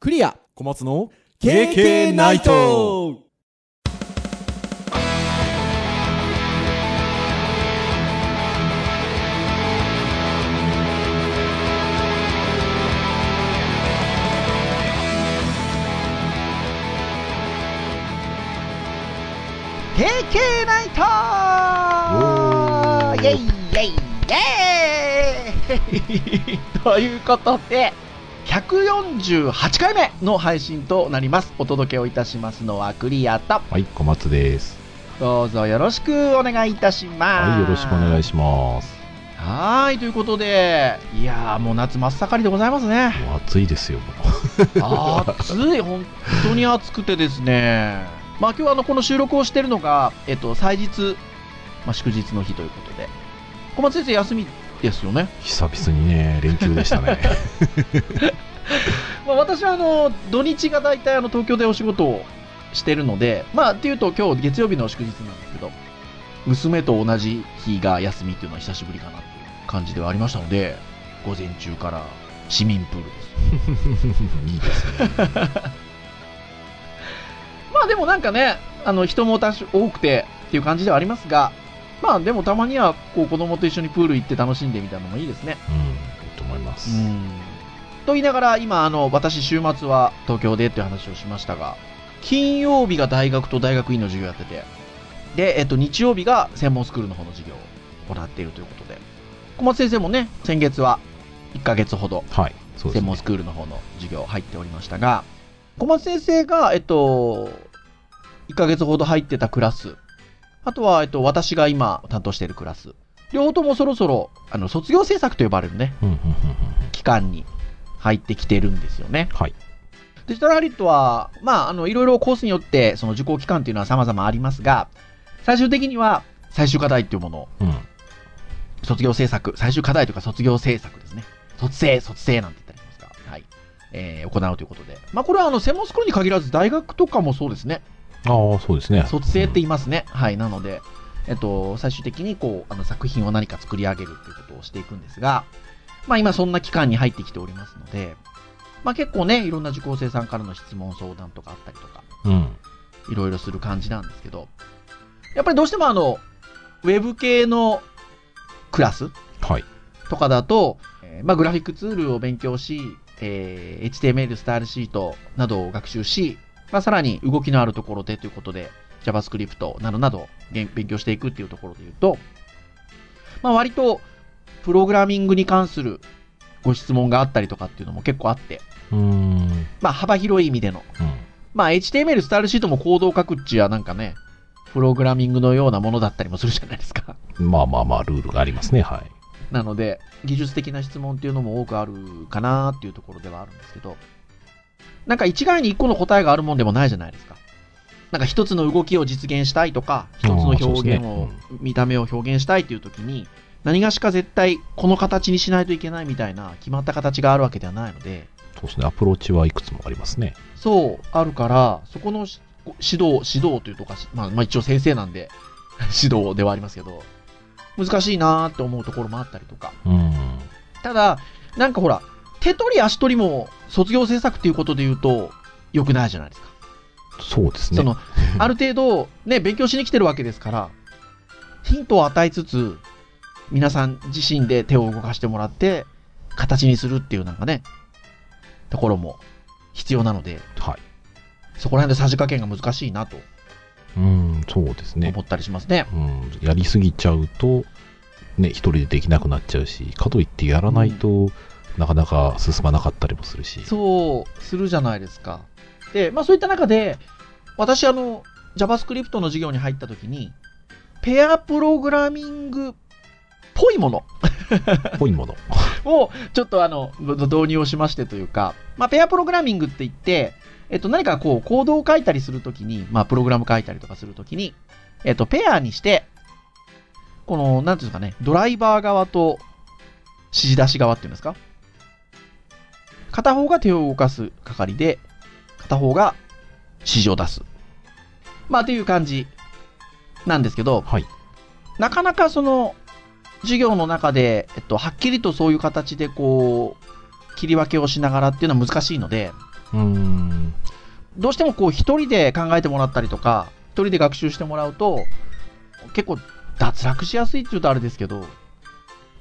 クリア小松の KK ナイト「KK ナイト」イェイイェイイェイということで148回目の配信となりますお届けをいたしますのはクリアとはい、小松です。どうぞよろしくお願いいたしますはい、よろしくお願いしします。ますはーいということでいやーもう夏真っ盛りでございますねもう暑いですよ、もう 暑い本当に暑くてですねまあ今日はあのこの収録をしてるのがえっと祭日、まあ、祝日の日ということで小松先生休みですよね久々にね、連休でした ね。まあ、私はあの土日が大体あの東京でお仕事をしてるので、まあ、っていうと今日月曜日の祝日なんですけど、娘と同じ日が休みっていうのは久しぶりかなっていう感じではありましたので、午前中から市民プールです。いいですね。まあでもなんかね、あの人も多少多くてっていう感じではありますが、まあでもたまにはこう子供と一緒にプール行って楽しんでみたのもいいですね。うん、いいと思います。と言いながら、今、あの、私、週末は東京でっていう話をしましたが、金曜日が大学と大学院の授業やってて、で、えっと、日曜日が専門スクールの方の授業を行っているということで、小松先生もね、先月は1ヶ月ほど、はい、そうですね専門。スクールの方の授業入っておりましたが、小松先生が、えっと、1ヶ月ほど入ってたクラス、あとは、えっと、私が今担当しているクラス、両方ともそろそろ、あの、卒業制作と呼ばれるね、うんうんうんうん期間に入ってきてるんですよね。はい。デジタルハリウッドは、まあ、あの、いろいろコースによって、その受講期間っていうのは様々ありますが、最終的には最終課題っていうものを、うん、卒業政策、最終課題というか卒業政策ですね。卒生、卒生なんて言ったりしますが、はい。えー、行うということで。まあ、これはあの、専門スクールに限らず大学とかもそうですね。ああ、そうですね。卒生って言いますね。はい。なので、えっと、最終的にこう、あの作品を何か作り上げるっていうことをしていくんですが、まあ今そんな期間に入ってきておりますので、まあ結構ね、いろんな受講生さんからの質問相談とかあったりとか、うん。うん。いろいろする感じなんですけど、やっぱりどうしてもあの、ウェブ系のクラスはい。とかだと、えーまあ、グラフィックツールを勉強し、えー HTML、スタイルシートなどを学習し、まあ、さらに動きのあるところでということで、JavaScript などなどげん勉強していくっていうところで言うと、まあ、割とプログラミングに関するご質問があったりとかっていうのも結構あって、うーん。うん。まあ、幅広い意味でのまあ、HTML、スタイルシートもコードを書くっちはなんかね、プログラミングのようなものだったりもするじゃないですか。まあまあまあ、ルールがありますね。はい。なので、技術的な質問っていうのも多くあるかなっていうところではあるんですけど、なんか一概に一個の答えがあるもんでもないじゃないですか。なんか一つの動きを実現したいとか、一つの表あーそうで現すをね、見た目を表現したいっていう時に、何がしか絶対この形にしないといけないみたいな決まった形があるわけではないので、そうですね。アプローチはいくつもありますね。そう、あるから、そこのしこ指導、指導というとか、しまあ、まあ一応先生なんで、指導ではありますけど、難しいなーって思うところもあったりとか。うん。ただ、なんかほら、手取り足取りも卒業制作っていうことで言うと、良くないじゃないですか。そうですね。 その、ある程度、ね、勉強しに来てるわけですから、ヒントを与えつつ、皆さん自身で手を動かしてもらって、形にするっていうなんかね、ところも必要なので、はい。そこら辺でさじ加減が難しいなとうん、そうですね。思ったりしますね。うん、やりすぎちゃうと、ね、一人でできなくなっちゃうし、かといってやらないと、なかなか進まなかったりもするし。そうするじゃないですか。で、まあそういった中で、私あの、JavaScript の授業に入った時に、ペアプログラミングっぽいものっぽい もの。をちょっとあの、ど導入をしましてというか、まあペアプログラミングって言って、えっと何かこうコードを書いたりするときに、まあプログラム書いたりとかするときに、えっとペアにして、この、なんていうんですかね、ドライバー側と指示出し側っていうんですか片方が手を動かす係で、片方が指示を出す。まあという感じなんですけど、はい。なかなかその、授業の中で、えっと、はっきりとそういう形でこう、切り分けをしながらっていうのは難しいので、うん。どうしてもこう一人で考えてもらったりとか、一人で学習してもらうと、結構脱落しやすいっていうとあれですけど、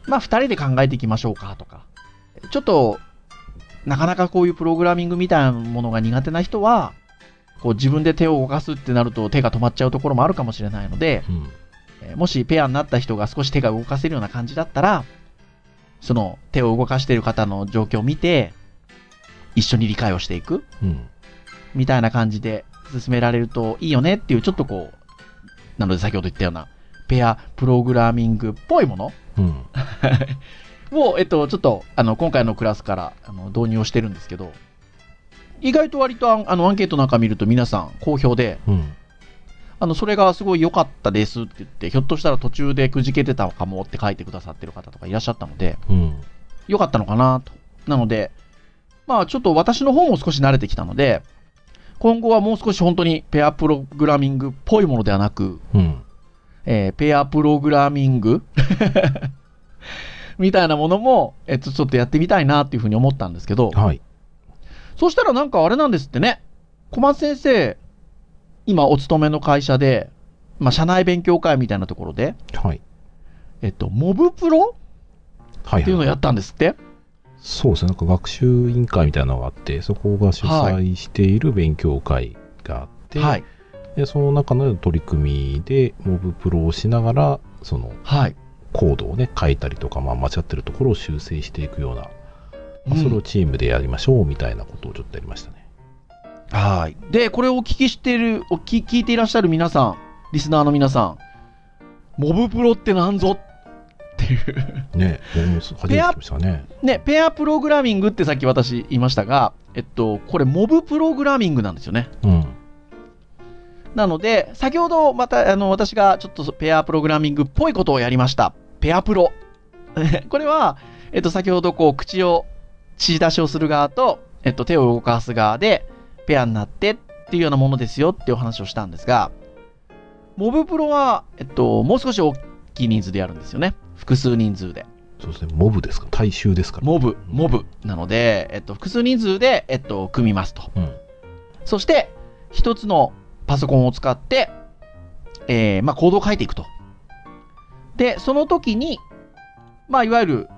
まあ二人で考えていきましょうかとか、ちょっと、なかなかこういうプログラミングみたいなものが苦手な人は、こう自分で手を動かすってなると手が止まっちゃうところもあるかもしれないので、うん。えーもしペアになった人が少し手が動かせるような感じだったら、その手を動かしている方の状況を見て、一緒に理解をしていく。うん。みたいな感じで進められるといいよねっていう、ちょっとこう、なので先ほど言ったような、ペアプログラミングっぽいものうん。を、えっと、ちょっと、あの、今回のクラスから、あの、導入をしてるんですけど、意外と割とあ、あの、アンケートなんか見ると皆さん好評で、うん。あの、それがすごい良かったですって言って、ひょっとしたら途中でくじけてたのかもって書いてくださってる方とかいらっしゃったので、うん。良かったのかなと。なので、まあちょっと私の方も少し慣れてきたので、今後はもう少し本当にペアプログラミングっぽいものではなく、うん。えーペアプログラミング みたいなものも、えっと、ちょっとやってみたいなっていうふうに思ったんですけど、はい。そしたらなんかあれなんですってね。小松先生、今お勤めの会社で、まあ社内勉強会みたいなところで、はい。えっと、モブプロはっていうい、のをはい。やったんですって。そうですね。なんか学習委員会みたいなのがあって、そこが主催している勉強会があって、はい。でその中の取り組みで、モブプロをしながら、そのはい。コードをね、書いたりとか、まあ、間違ってるところを修正していくような、まあそれをチームでやりましょうみたいなことをちょっとやりましたね。はい。で、これをお聞きしてる、お聞聞いていらっしゃる皆さん、リスナーの皆さん、モブプロってなんぞっていう。ね、僕も初めて聞きましたね。ね、ペアプログラミングってさっき私言いましたが、えっと、これモブプログラミングなんですよね。うん。なので、先ほどまた、あの、私がちょっとペアプログラミングっぽいことをやりました。ペアプロ。 これは、えっと、先ほどこう、口を、血出しをする側と、えっと、手を動かす側で、ペアになってっていうようなものですよっていうお話をしたんですが、モブプロは、えっと、もう少し大きい人数でやるんですよね。複数人数で。そうですね。モブですか大衆ですから。モブ、モブ。なので、えっと、複数人数で、えっと、組みますと。うん。そして、一つのパソコンを使って、えーまあ、コードを書いていくと。で、その時に、まあ、いわゆる、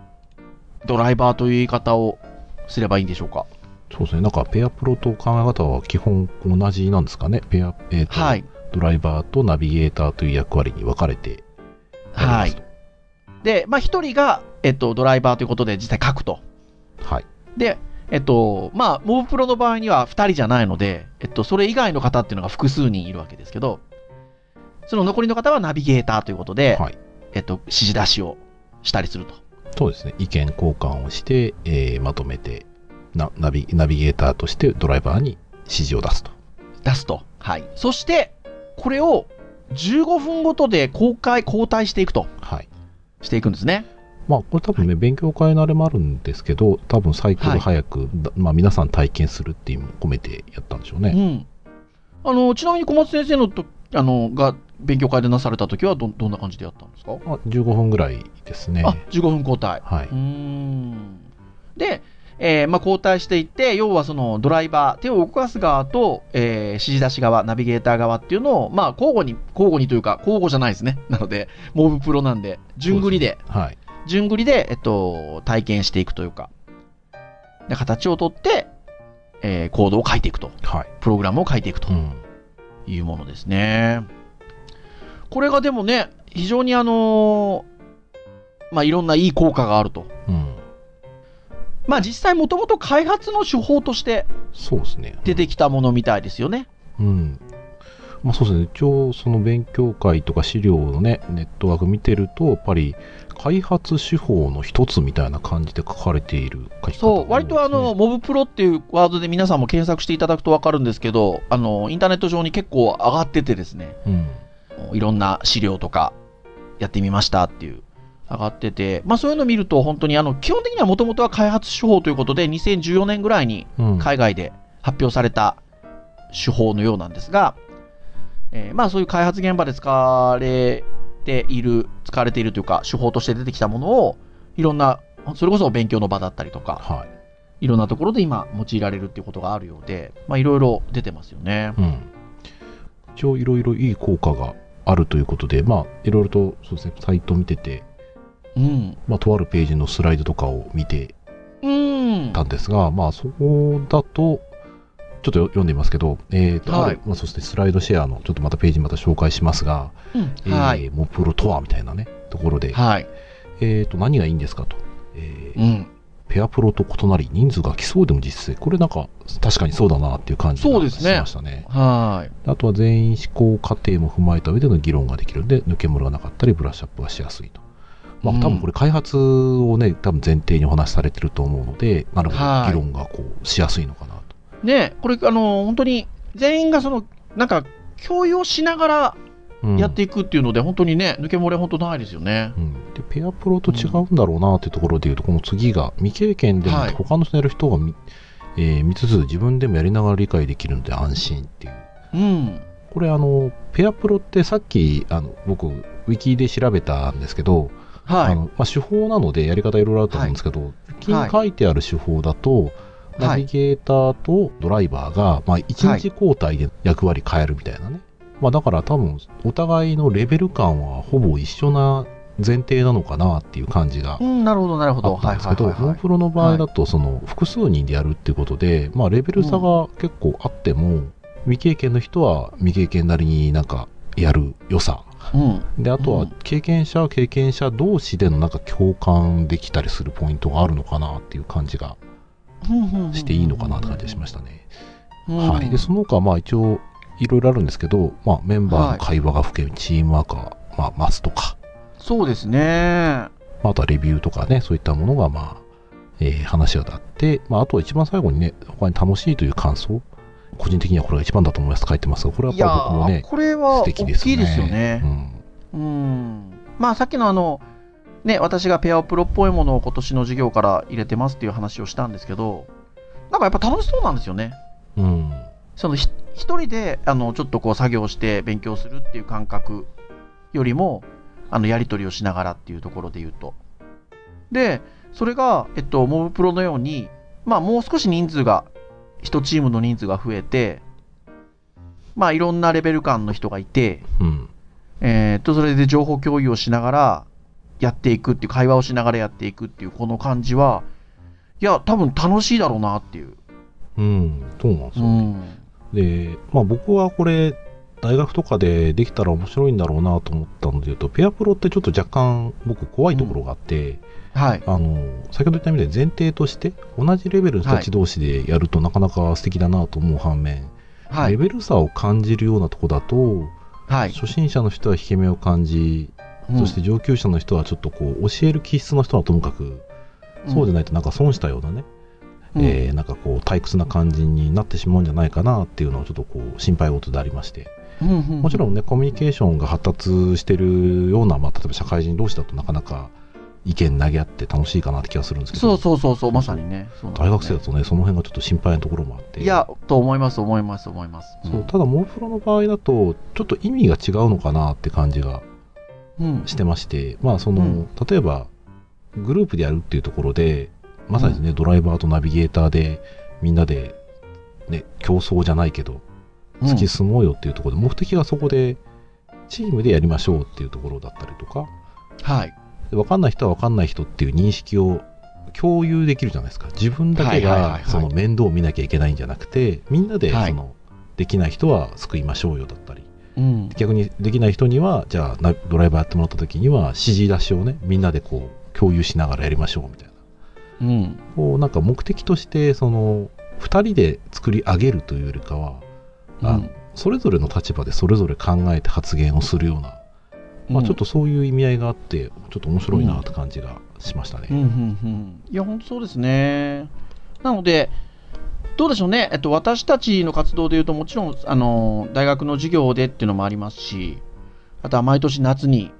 ドライバーという言い方をすればいいんでしょうか。そうですね。なんか、ペアプロと考え方は基本同じなんですかね。ペア、えーとはい。ドライバーとナビゲーターという役割に分かれてやりはますいと。。で、まあ、一人が、えっと、ドライバーということで実際書くと。はい。で、えっと、まあ、モブプロの場合には二人じゃないので、えっと、それ以外の方っていうのが複数人いるわけですけど、その残りの方はナビゲーターということで、はい。えっと、指示出しをしたりすると。そうですね。意見交換をして、えーまとめてなナビ、ナビゲーターとしてドライバーに指示を出すと。出すと。はい。そして、これを15分ごとで公開、交代していくと、はい。していくんですね。まあ、これ多分ね、勉強会のあれもあるんですけど、多分サイクル早く、だまあ、皆さん体験するっていうのも込めてやったんでしょううね。ん。あの、ちなみに小松先生のと、あの、が、勉強会でなされた時はど、どんな感じでやったんですか、まあ、15分ぐらいですね。あ、15分交代。はいうー。ん。で、えーまあ、交代していって、要はそのドライバー、手を動かす側と、えー指示出し側、ナビゲーター側っていうのを、まあ、交互に、交互にというか、交互じゃないですね。なので、モブプロなんで、順繰りでそうすね。はい。順繰りで、えっと、体験していくというか、で形をとって、えーコードを書いていくと、はい。プログラムを書いていくとうん。いうものですね。これがでもね、非常にあのーまあ、いろんないい効果があると。うん。まあ、実際もともと開発の手法としてそうですね。出てきたものみたいですよね。うん。まあそうですね。一応、その勉強会とか資料のね、ネットワーク見てると、やっぱり開発手法の一つみたいな感じで書かれている書き方が多いそですねう、割とあの、、モブプロっていうワードで皆さんも検索していただくとわかるんですけど、あの、インターネット上に結構上がっててですね、うん。いろんな資料とかやってみましたっていう上がってて、まあ、そういうの見ると本当にあの基本的にはもともとは開発手法ということで2014年ぐらいにうん。海外で発表された手法のようなんですが、えーまあそういう開発現場で使われている使われているというか手法として出てきたものをいろんなそれこそ勉強の場だったりとかはい。いろんなところで今用いられるっていうことがあるようで、まあ、いろいろ出てますよね。うん、一応いろいろいい効果があるということで、まあ、いろいろとそうです、ね、サイトを見てて、うん。まあ、とあるページのスライドとかを見てうん。たんですが、まあ、そこだと、ちょっと読んでみますけど、えーとはいあるまあ、そしてスライドシェアのちょっとまたページまた紹介しますが、うんはい。えーモプロとはみたいなね、ところで、はい。えー、と何がいいんですかと、えーうん。ペアプロと異なり人数が奇想でも実践、これなんか確かにそうだなっていう感じがそうでしすねましたね。はい。あとは全員思考過程も踏まえた上での議論ができるので、抜け漏れがなかったり、ブラッシュアップがしやすいと。まあ、うん多分これ開発をね、多分前提にお話しされてると思うので、なるほど、はい議論がこうしやすいのかなと。ねこれ、あの、本当に全員がその、なんか、共有をしながらうんやっていくっていうので、本当にね、抜け漏れ本当ないですよね。うん、でペアプロと違うんだろうなっていうところでいうと、この次が未経験でもはい他の人やる人が見,、えー見つつ自分でもやりながら理解できるので安心っていううん。これあのペアプロってさっきあの僕ウィキで調べたんですけど、はあい。のまあ、手法なのでやり方いろいろあると思うんですけど、はにい書いてある手法だと、ナビゲーターとドライバーが、まあ、1日交代で役割変えるみたいなね、まあ、だから多分お互いのレベル感はほぼ一緒な前提なのかなっていう感じがうん、なるほど、なるほあど。ったはんいですはけいはど、いモはンプロの場合だと、その複数人でやるっていうことで、まあ、レベル差が結構あっても、未経験の人は未経験なりになんかやる良さ。い。うん。で、あとうはん経験者は経験者同士でのなんか共感できたりするポイントがあるのかなっていう感じがしていいのかなって感じがしましたね。たはい。で、その他、まあ一応いろいろあるんですけど、まあメンバーの会話が不けチームワークは、まあマスとか、そうですね。まあ、あとはレビューとかね、そういったものが、まあ、えー話し合って、まあ、あとは一番最後にね、他に楽しいという感想、個人的にはこれが一番だと思いますと書いてますが、これはいややっぱり僕もー、ね、これは素大敵ですきね。いですようね。んうん。まあ、さっきのあの、ね、私がペアプロっぽいものを今年の授業から入れてますっていう話をしたんですけど、なんかやっぱ楽しそうなんですよね。うん。そのひ一人であのちょっとこう作業して勉強するっていう感覚よりもあのやり取りをしながらっていうところで言うとでそれが、えっと、モブプロのように、まあ、もう少し人数が1チームの人数が増えて、まあ、いろんなレベル感の人がいて、うん。えーっとそれで情報共有をしながらやっていくっていう会話をしながらやっていくっていうこの感じはいや多分楽しいだろうなっていう。うん。そうなんですよ。うんで、まあ僕はこれ、大学とかでできたら面白いんだろうなと思ったので言うと、ペアプロってちょっと若干僕怖いところがあって、はい、あの先ほど言ったみたいに前提として同じレベルの人たち同士でやるとなかなか素敵だなと思う反面、はレい、ベル差を感じるようなとこだとはい。初心者の人は引け目を感じ、そして上級者の人はちょっとこう教える気質の人はともかく、そうじゃないとなんか損したようなね、うんえーなんかこう退屈な感じになってしまうんじゃないかなっていうのをちょっとこう心配事でありまして、ももちろんねコミュニケーションが発達してるような、まあ、例えば社会人同士だとなかなか意見投げ合って楽しいかなって気がするんですけどそうそうそうそうまさにねそうなんですね大学生だとねその辺がちょっと心配なところもあっていやと思います思います思いますそうただモンプロの場合だとちょっと意味が違うのかなって感じがうんしてましてまあその、うん例えばグループでやるっていうところでまさにね、ドライバーとナビゲーターでみんなで、ね、競争じゃないけどうん突き進もうよっていうところで、目的がそこでチームでやりましょうっていうところだったりとかはい分かんない人は分かんない人っていう認識を共有できるじゃないですか自分だけはいはいはいはがいその面倒を見なきゃいけないんじゃなくてみんなではいそのできない人は救いましょうよだったりうん逆にできない人にはじゃあなドライバーやってもらった時には指示出しをねみんなでこう共有しながらやりましょうみたいなうんこうなんか目的としてその2人で作り上げるというよりかはあのそれぞれの立場でそれぞれ考えて発言をするような、まあ、ちょっとそういう意味合いがあってちょっと面白いなって感じがしましたね。うんうんうんいや本当そうですねなのでどうでしょうね、えっと、私たちの活動でいうともちろんあの大学の授業でっていうのもありますしあとは毎年夏に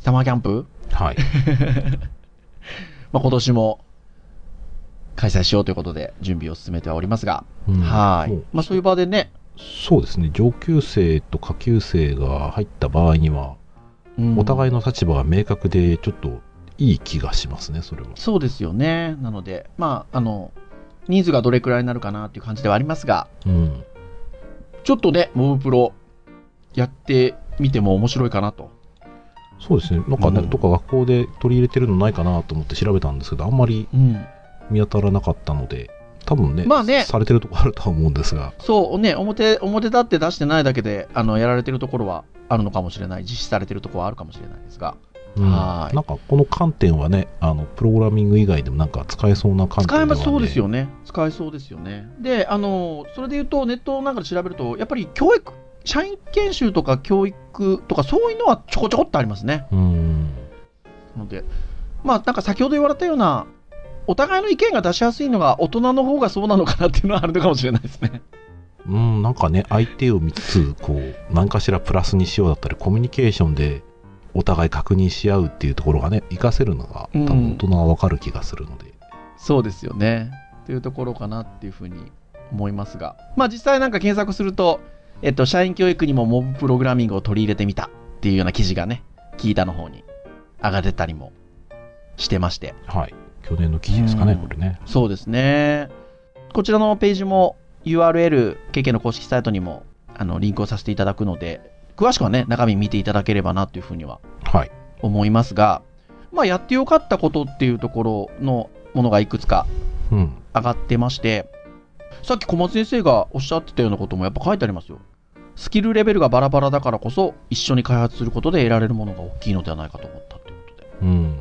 サマーキャンプ、はいまあ、今年も開催しようということで準備を進めてはおりますが、うんはいもう、まあ、そういう場でね、そうですね上級生と下級生が入った場合には、お互いいの立場が明確でちょっといい気がしますねそれは。そうですよねなのでまああの人数がどれくらいになるかなっていう感じではありますが、うん、ちょっとね、モブプロやってみても面白いかなと。そうですねなんかね、うんとか学校で取り入れてるのないかなと思って調べたんですけどあんまりうん。見当たらなかったので多分ね,、まあねされてるとこあるとは思うんですがそうね、表、表立って出してないだけで、あの、やられてるところはあるのかもしれない。実施されてるところはあるかもしれないですが。うんはーいなんかこの観点はねあのプログラミング以外でもなんか使えそうな観点で使は、えね、ますそうですよね。使えそうですよね。で、あの、それで言うと、ネットなんかで調べると、やっぱり教育、社員研修とか教育とかそういうのはちょこちょこっとありますね。うんので、まあなんか先ほど言われたような、お互いの意見が出しやすいのが大人の方がそうなのかなっていうのはあるのかもしれないですね。うんなんかね相手を見つつこう何かしらプラスにしようだったりコミュニケーションでお互い確認し合うっていうところがね活かせるのが多うん分大人はわかる気がするので、 そうですよね。というところかなっていうふうに思いますが、まあ実際なんか検索すると、えっと、社員教育にもモブプログラミングを取り入れてみたっていうような記事がね、キータの方に上がってたりもしてまして、はい去年の記事ですかね、うんこれねそうですね。こちらのページも URL、KK の公式サイトにもあのリンクをさせていただくので、詳しくはね、中身見ていただければなというふうにははい思いますが、まあやってよかったことっていうところのものがいくつかうん上がってまして、さっき小松先生がおっしゃってたようなこともやっぱ書いてありますよ。スキルレベルがバラバラだからこそ、一緒に開発することで得られるものが大きいのではないかと思ったということで。うん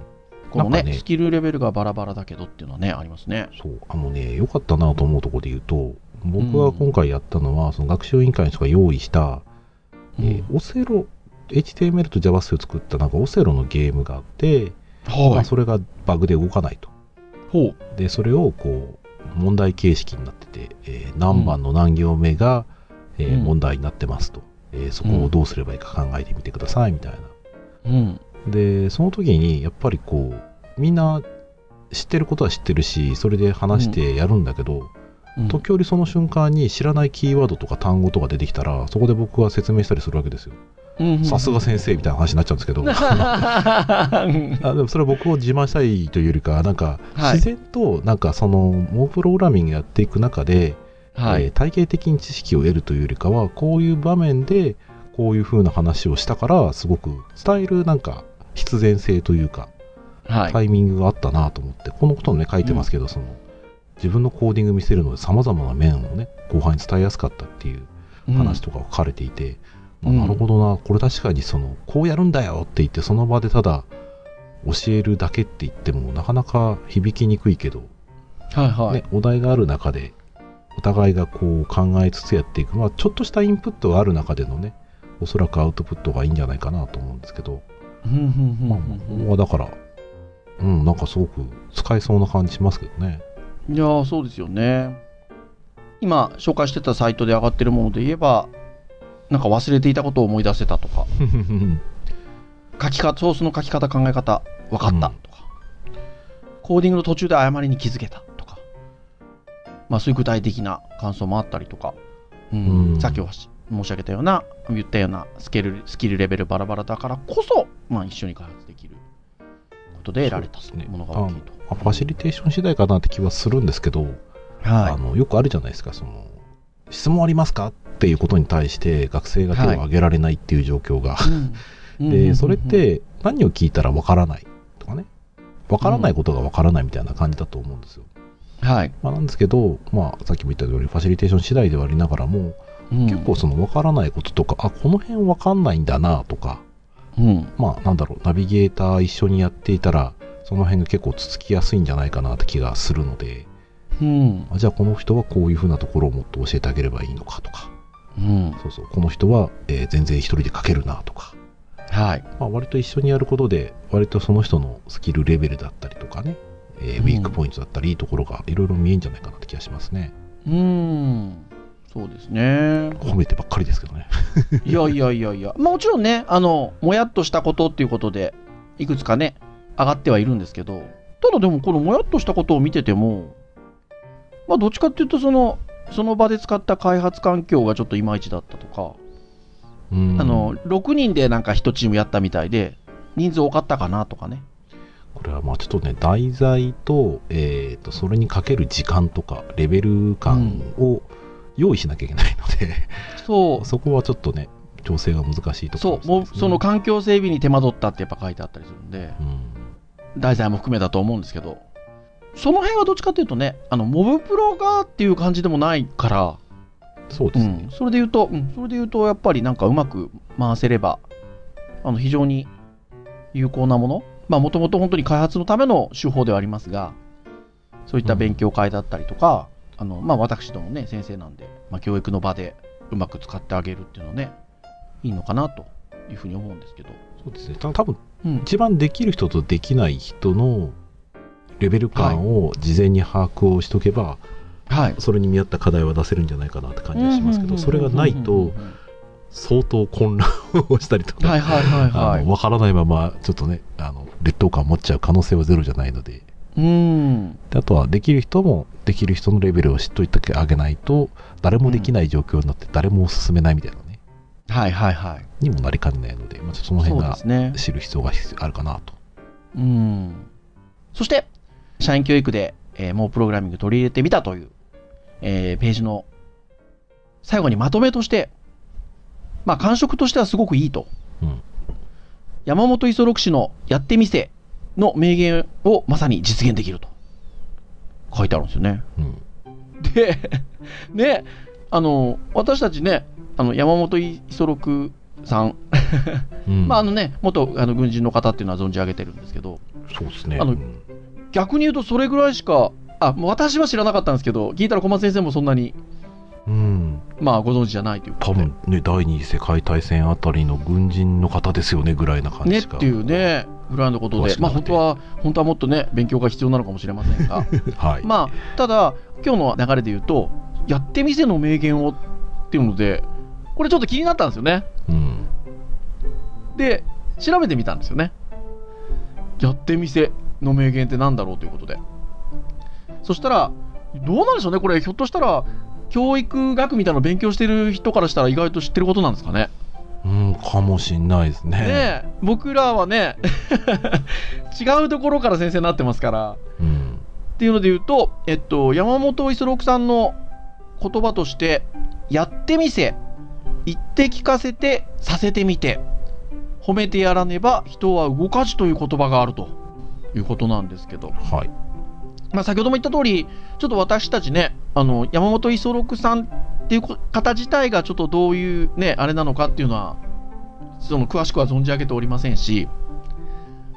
このなね、んかねスキルレベルがバラバラだけどっていうのはね、ありますね。そうあのね良かったなと思うところで言うと僕が今回やったのは、その学習委員会の人が用意した、えーオセロ HTML と JavaScript を作ったなんかオセロのゲームがあって、まはあ、。それがバグで動かないとほう。でそれをこう問題形式になってて、えー何番の何行目が、えーうん問題になってますと、えーそこをどうすればいいか考えてみてくださいみたいな、うん。でその時にやっぱりこうみんな知ってることは知ってるしそれで話してやるんだけど、時折その瞬間に知らないキーワードとか単語とか出てきたらそこで僕は説明したりするわけですよさ すが先生みたいな話になっちゃうんですけどあでもそれは僕を自慢したいというよりかなんかはい自然となんかそのモープログラミングやっていく中で、はえーい。体系的に知識を得るというよりかはこういう場面でこういう風な話をしたからすごく伝えるなんか必然性というかはい。タイミングがあったなと思って、このこともね書いてますけど、その自分のコーディング見せるのでさまざまな面をね後輩に伝えやすかったっていう話とかが書かれていて、うんまあなるほどなこれ確かにそのこうやるんだよって言ってその場でただ教えるだけって言ってもなかなか響きにくいけど、はいはい。ね、お題がある中でお互いがこう考えつつやっていく、まあ、ちょっとしたインプットがある中でのねおそらくアウトプットがいいんじゃないかなと思うんですけど、うんうんうんまあうんうんまあだからうんなんかすごく使えそうな感じしますけど ねいやーそうですよね今紹介してたサイトで上がってるもので言えばなんか忘れていたことを思い出せたとか書き方ソースの書き方考え方分かったうんとか、コーディングの途中で誤りに気づけたとかまあそういう具体的な感想もあったりとか、うんうんさっきお話し申し上げたような言ったようなスケールスキルレベルバラバラだからこそ、まあ、一緒に開発できることで得られたそうですねものが大きいと、まあファシリテーション次第かなって気はするんですけど、はいあのよくあるじゃないですかその質問ありますかっていうことに対して学生が手を挙げられないっていう状況が、うんうんうんうんうでんそれって何を聞いたらわからないとかねわからないことがわからないみたいな感じだと思うんですよ、はい、まあ、なんですけど、まあ、さっきも言った通りファシリテーション次第ではありながらも、うん結構そのわからないこととかあこの辺わかんないんだなとかうんまあなんだろうナビゲーター一緒にやっていたらその辺が結構つつきやすいんじゃないかなって気がするのでうんあじゃあこの人はこういうふうなところをもっと教えてあげればいいのかとかうんそうそうこの人は、えー全然一人で書けるなとか、はいまあ、割と一緒にやることで割とその人のスキルレベルだったりとかね、えーうんウィークポイントだったりいいところがいろいろ見えんじゃないかなって気がしますねうんそうですね褒めてばっかりですけどねいやいやいやいや もちろんねあのもやっとしたことっていうことでいくつかね上がってはいるんですけどただでもこのもやっとしたことを見ててもまあどっちかっていうとそのその場で使った開発環境がちょっといまいちだったとか、うんあの6人でなんか1チームやったみたいで人数多かったかなとかねこれはまあちょっとね題材と,、えー、とそれにかける時間とかレベル感を用意しなきゃいけないので、そうそこはちょっとね調整が難しいところそう、もうその環境整備に手間取ったってやっぱ書いてあったりするんで、うん題材も含めだと思うんですけど、その辺はどっちかっていうとね、あのモブプロがっていう感じでもないから、そうでうすねん、、それで言うと、うん、それで言うと、やっぱりなんかうまく回せれば、あの非常に有効なもの、まあもともと本当に開発のための手法ではありますが、そういった勉強会だったりとか、あのまあ私どもね、先生なんで、まあ、教育の場でうまく使ってあげるっていうのはね、いいのかなというふうに思うんですけど。そうですねた多分うん、一番できる人とできない人のレベル感を事前に把握をしとけば、はい。それに見合った課題は出せるんじゃないかなって感じがしますけどそれがないうんうんとうん相当混乱をしたりとうん。か、はいはいはあいのは分からないままちょっとねあの劣等感を持っちゃう可能性はゼロじゃないのでい。うん。であとはできる人もできる人のレベルを知っといてあげないと誰もできない状況になって誰もおすすめないみたいなね、はいはいはい。にもなりかねないので、まあ、ちょっとそのそう辺でがすね。知る必要が必要あるかなと。うん。そして、社員教育で、えーもうプログラミング取り入れてみたという、えーページの最後にまとめとして、まあ感触としてはすごくいいと。うん山本五十六氏のやってみせの名言をまさに実現できると。書いてあるんですよね。うんで、ね、あの、私たちね、あの、山本五十六さん、 うんまああのね、元あの軍人の方っていうのは存じ上げてるんですけど、そうですねあのうん逆に言うとそれぐらいしかあもう私は知らなかったんですけど聞いたら小松先生もそんなにうんまあご存知じゃないということ多で分ね第二次世界大戦あたりの軍人の方ですよねぐらいな感ねっじしかていうねぐらいのこと詳でしくまあなく本て当は本当はもっとね勉強が必要なのかもしれませんがはい、まあただ今日の流れで言うとやってみせの名言をっていうのでこれちょっと気になったんですよねうん、で調べてみたんですよねやってみせの名言ってなんだろうということでそしたらどうなんでしょうねこれひょっとしたら教育学みたいなの勉強してる人からしたら意外と知ってることなんですかね。うん、かもしんないですねねえ僕らはね 違うところから先生になってますから。うんっていうので言うと、えっと、山本五十六さんの言葉として「やってみせ」「言って聞かせて」「させてみて」「褒めてやらねば人は動かず」という言葉があるということなんですけど、はいまあ、先ほども言った通りちょっと私たちねあの山本五十六さんっていう方自体がちょっとどういうねあれなのかっていうのはその詳しくは存じ上げておりませんし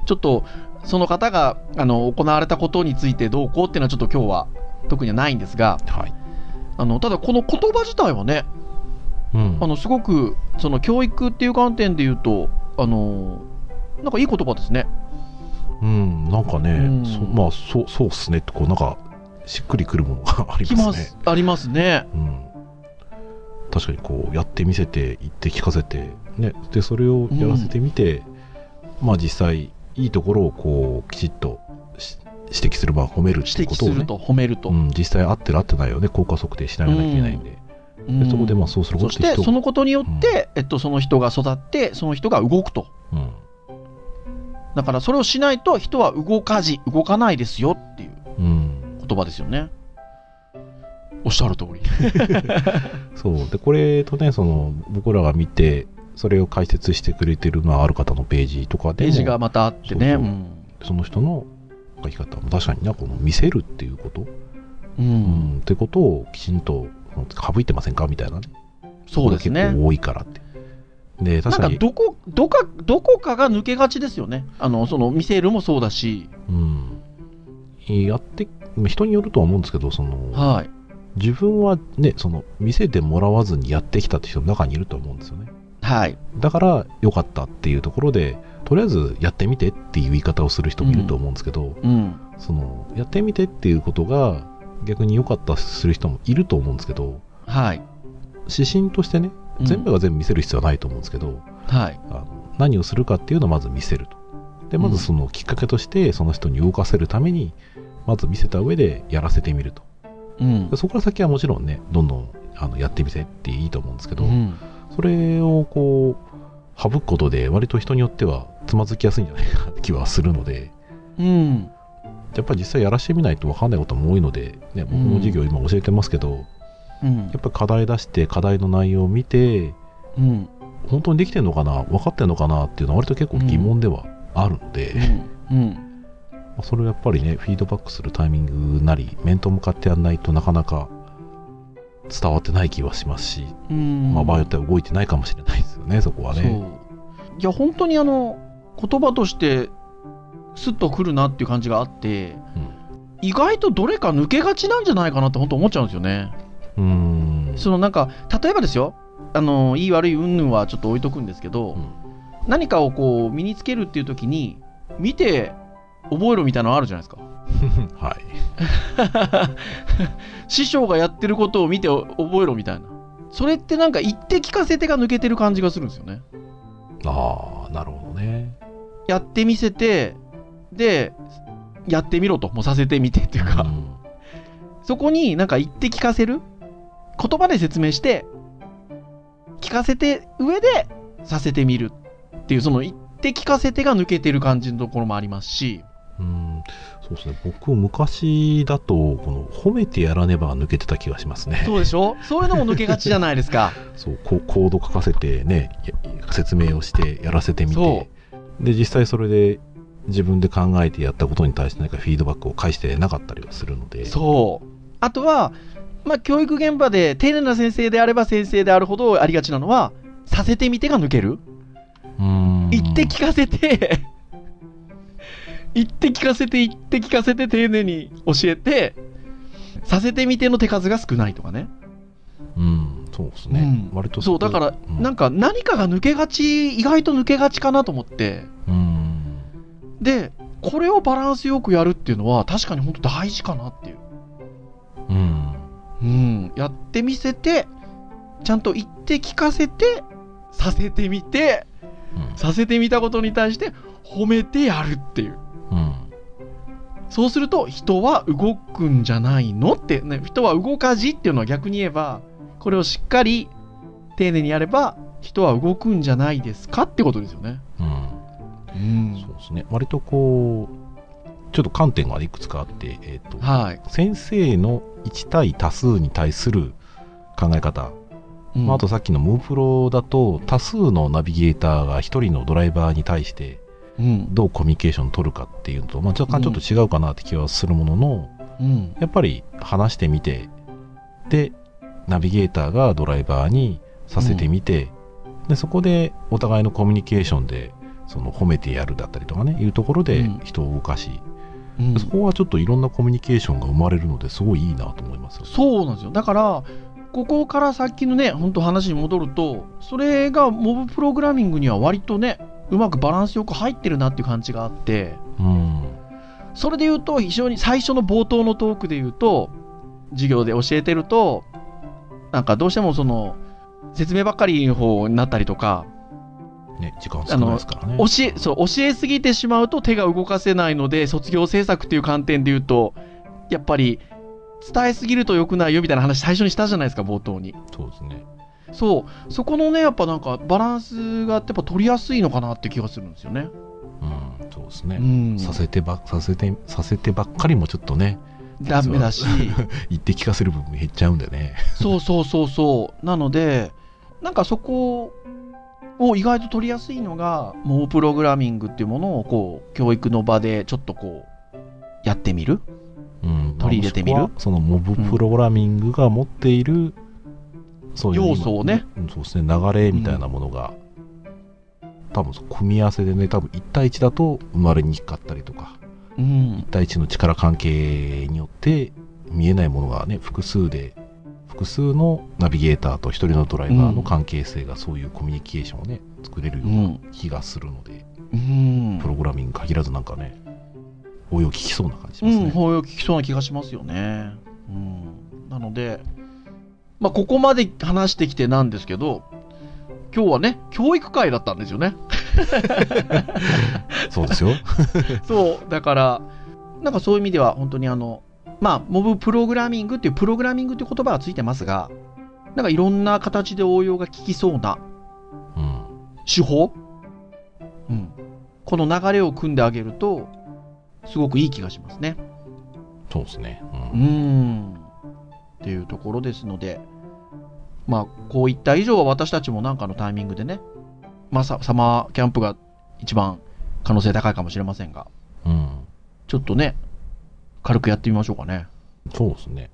ちょっとその方があの行われたことについてどうこうっていうのはちょっと今日は特にはないんですがはい、あのただこの言葉自体はねうんあのすごくその教育っていう観点で言うとあのなんかいい言葉ですね。うん、なんかね、うんそまあそうそうっすねってこうなんかしっくりくるものがありきまますねすありますね。うん、確かにこうやってみせて言って聞かせて、ね、でそれをやらせてみて、まあ実際いいところをこうきちっとし指摘するまあ褒めるって指摘ことすを、ね、ると褒めると。うん、実際合ってる合ってないよね効果測定しながらいけないんで,、うんでそこでまあそうするこそとしでて人そのことによって、えっと、その人が育ってその人が動くとうんだからそれをしないと人は動かじ動かないですよっていううん、言葉ですよねおっしゃる通りそうでこれとねその僕らが見てそれを解説してくれてる、まあ、ある方のページとかで ペもージがまたあってねそうそううんその人の書き方も確かになこの見せるっていうこと、ううんん、ってことをきちんと省いてませんかみたいなねそうです結ね構多いからってでなん確かかにどこどかどこかが抜けがちですよねあのその見せるもそうだしうん、やって人によるとは思うんですけどその、はい自分はねその見せてもらわずにやってきたって人の中にいると思うんですよねはいだから良かったっていうところでとりあえずやってみてっていう言い方をする人もいると思うんですけど、うんそのやってみてっていうことが逆に良かったする人もいると思うんですけどはい指針としてねうん全部が全部見せる必要はないと思うんですけど、はいあの何をするかっていうのをまず見せるとでまずそのきっかけとしてその人に動かせるためにまず見せた上でやらせてみるとうんでそこから先はもちろんねどんどんあのやってみせっていいと思うんですけど、うんそれをこう省くことで割と人によってはつまずきやすいんじゃないかなって気はするのでうん。やっぱり実際やらしてみないと分かんないことも多いので、ね、僕も授業今教えてますけど、うんや。っぱり課題出して課題の内容を見てうん。本当にできてるのかな分かってるのかなっていうのは割と結構疑問ではあるので、まうん。あそれをやっぱりねフィードバックするタイミングなり面と向かってやんないとなかなか伝わってない気はしますし、うん。まあ、場合によっては動いてないかもしれないですよねそこはね。そう。いや、本当にあの、言葉として、スッとくるなっていう感じがあって、うん意外とどれか抜けがちなんじゃないかなって本当思っちゃうんですよね。うーんそのなんか、例えばですよ、あの、いい悪い云々はちょっと置いとくんですけど、うん 何かをこう、身につけるっていう時に、見て、覚えろみたいなのあるじゃないですか。はい。師匠がやってることを見てお覚えろみたいな。それってなんか言って聞かせてが抜けてる感じがするんですよね。ああ、なるほどね。やってみせて、で、やってみろと、もうさせてみてっていうか、んそこになんか言って聞かせる言葉で説明して、聞かせて上でさせてみるっていう、その言って聞かせてが抜けてる感じのところもありますし、うん、そうですね。僕、昔だと、この、褒めてやらねば抜けてた気がしますね。そうでしょそういうのも抜けがちじゃないですか。そう、こうコード書かせてね、や説明をしてやらせてみそて、で、実際それで自分で考えてやったことに対して何かフィードバックを返してなかったりはするので、 そう。あとは、まあ、教育現場で丁寧な先生であれば先生であるほどありがちなのは、させてみてが抜ける。うん言って聞かせて、言って聞かせて、言って聞かせて丁寧に教えて、させてみての手数が少ないとかね。うん、そうですね。うん割と、そう、だからら、うんなんか何かが抜けがち、意外と抜けがちかなと思って。うん、で、これをバランスよくやるっていうのは確かに本当大事かなっていう。うん、うん、やってみせて、ちゃんと言って聞かせて、させてみて、うんさせてみたことに対して褒めてやるっていう。うん、そうすると人は動くんじゃないのって、ね、人は動かじっていうのは逆に言えば、これをしっかり丁寧にやれば、人は動くんじゃないですかってことですよね。うん。うんそうですね割とこうちょっと観点がいくつかあって、えーとはい。先生の1対多数に対する考え方、うんまあ、あと、さっきのムープロだと多数のナビゲーターが1人のドライバーに対してうん。どうコミュニケーションを取るかっていうのと、まあ、若干ちょっと違うかなって気はするものの、うん。やっぱり話してみてでナビゲーターがドライバーにさせてみて、でそこでお互いのコミュニケーションでその褒めてやるだったりとかねいうところうでん人を動かし、うんそこはちょっといろんなコミュニケーションが生まれるのですごいいいなと思いますよそうなんですよ。だから、ここから先のね、本当話に戻ると、それがモブプログラミングには割とね、うまくバランスよく入ってるなっていう感じがあって、うんそれで言うと、非常に最初の冒頭のトークで言うと、授業で教えてると、なんかどうしてもその、説明ばっかりの方になったりとか、ね、時間少ないですからね教え、そう、教えすぎてしまうと手が動かせないので、卒業制作っていう観点で言うと、やっぱり、伝えすぎると良くないよみたいな話最初にしたじゃないですか、冒頭に。そうですねそう、そこのね、やっぱなんかバランスがやっぱ取りやすいのかなって気がするんですよね。うんそうですね、んさせてばさせてさせてばっかりもちょっとねダメだし。言って聞かせる部分減っちゃうんだよねそうそうそうそう。なので、なんかそこを意外と取りやすいのが、もうプログラミングっていうものをこう、教育の場でちょっとこう、やってみる。うん取り入れてみるまあもしくはそのモブプログラミングが持っている、そういう要素をね今うんそうですね流れみたいなものが、多分その組み合わせでね多分1対1だと生まれにくかったりとかう1ん。対1の力関係によって見えないものがね複数で複数のナビゲーターと1人のドライバーの関係性がそういうコミュニケーションをね作れるよう。うなん気がするので、うんプ。ログラミング限らずなんかね応用効きそうな感じしうますね。ん、法要聞きそうな気がしますよね。うん。なので、まあ、ここまで話してきてなんですけど、今日はね、教育会だったんですよね。そうです よ。そう、だから、なんかそういう意味では、本当にあの、まあ、モブプログラミングっていう、プログラミングっていう言葉がついてますが、なんかいろんな形で応用が効きそうなうん手法、うん、この流れを組んであげると、すごくいい気がしますね。そうですね。うーん。っていうところですので、まあ、こういった以上は私たちもなんかのタイミングでね、まあ、さサマーキャンプが一番可能性高いかもしれませんが、うん。うん。ちょっとね、軽くやってみましょうかね。そうですね。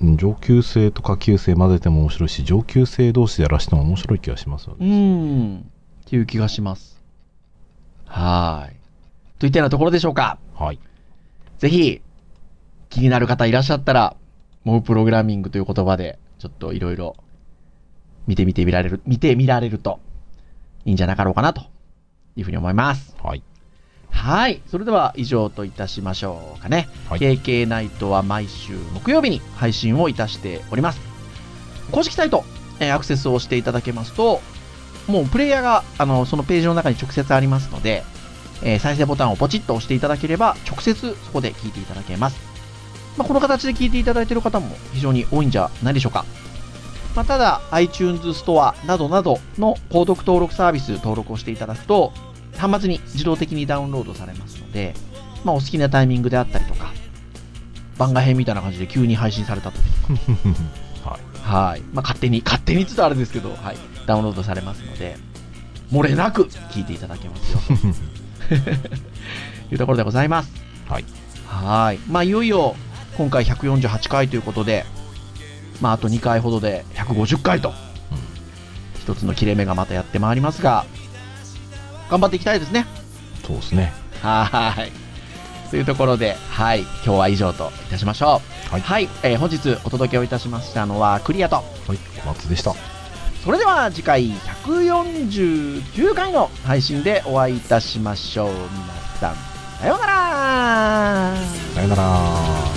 うん上級生と下級生混ぜても面白いし、上級生同士でやらしても面白い気がしますようね。ーん。っていう気がします。はーい。といったようなところでしょうか。はい。ぜひ、気になる方いらっしゃったら、モブプログラミングという言葉で、ちょっといろいろ、見てみてみられる、見てみられると、いいんじゃなかろうかな、というふうに思います。はい。 はい。それでは以上といたしましょうかね。はい。 KK ナイトは毎週木曜日に配信をいたしております。公式サイト、えーアクセスをしていただけますと、もうプレイヤーがあのそのページの中に直接ありますので、えー再生ボタンをポチッと押していただければ、直接そこで聞いていただけます。まあ、この形で聞いていただいている方も非常に多いんじゃないでしょうか。まあ、ただ、iTunes ストアなどなどの購読登録サービス登録をしていただくと、端末に自動的にダウンロードされますので、まあ、お好きなタイミングであったりとか、番外編みたいな感じで急に配信された時とはい。か、はいまあ、勝手に、勝手にちょっとあれですけど、はい、ダウンロードされますので、漏れなく聞いていただけますよというところでございます。はい。はい。まあ、いよいよ、今回148回ということで、まあ、あと2回ほどで150回と、一つの切れ目がまたやってまいりますが、頑張っていきたいですね。そうですね。はい。というところで、はい。今日は以上といたしましょう。はいえー本日お届けをいたしましたのは、クリアと、はい。小松でした。それでは次回149回の配信でお会いいたしましょう。皆さん、さようならさよなら。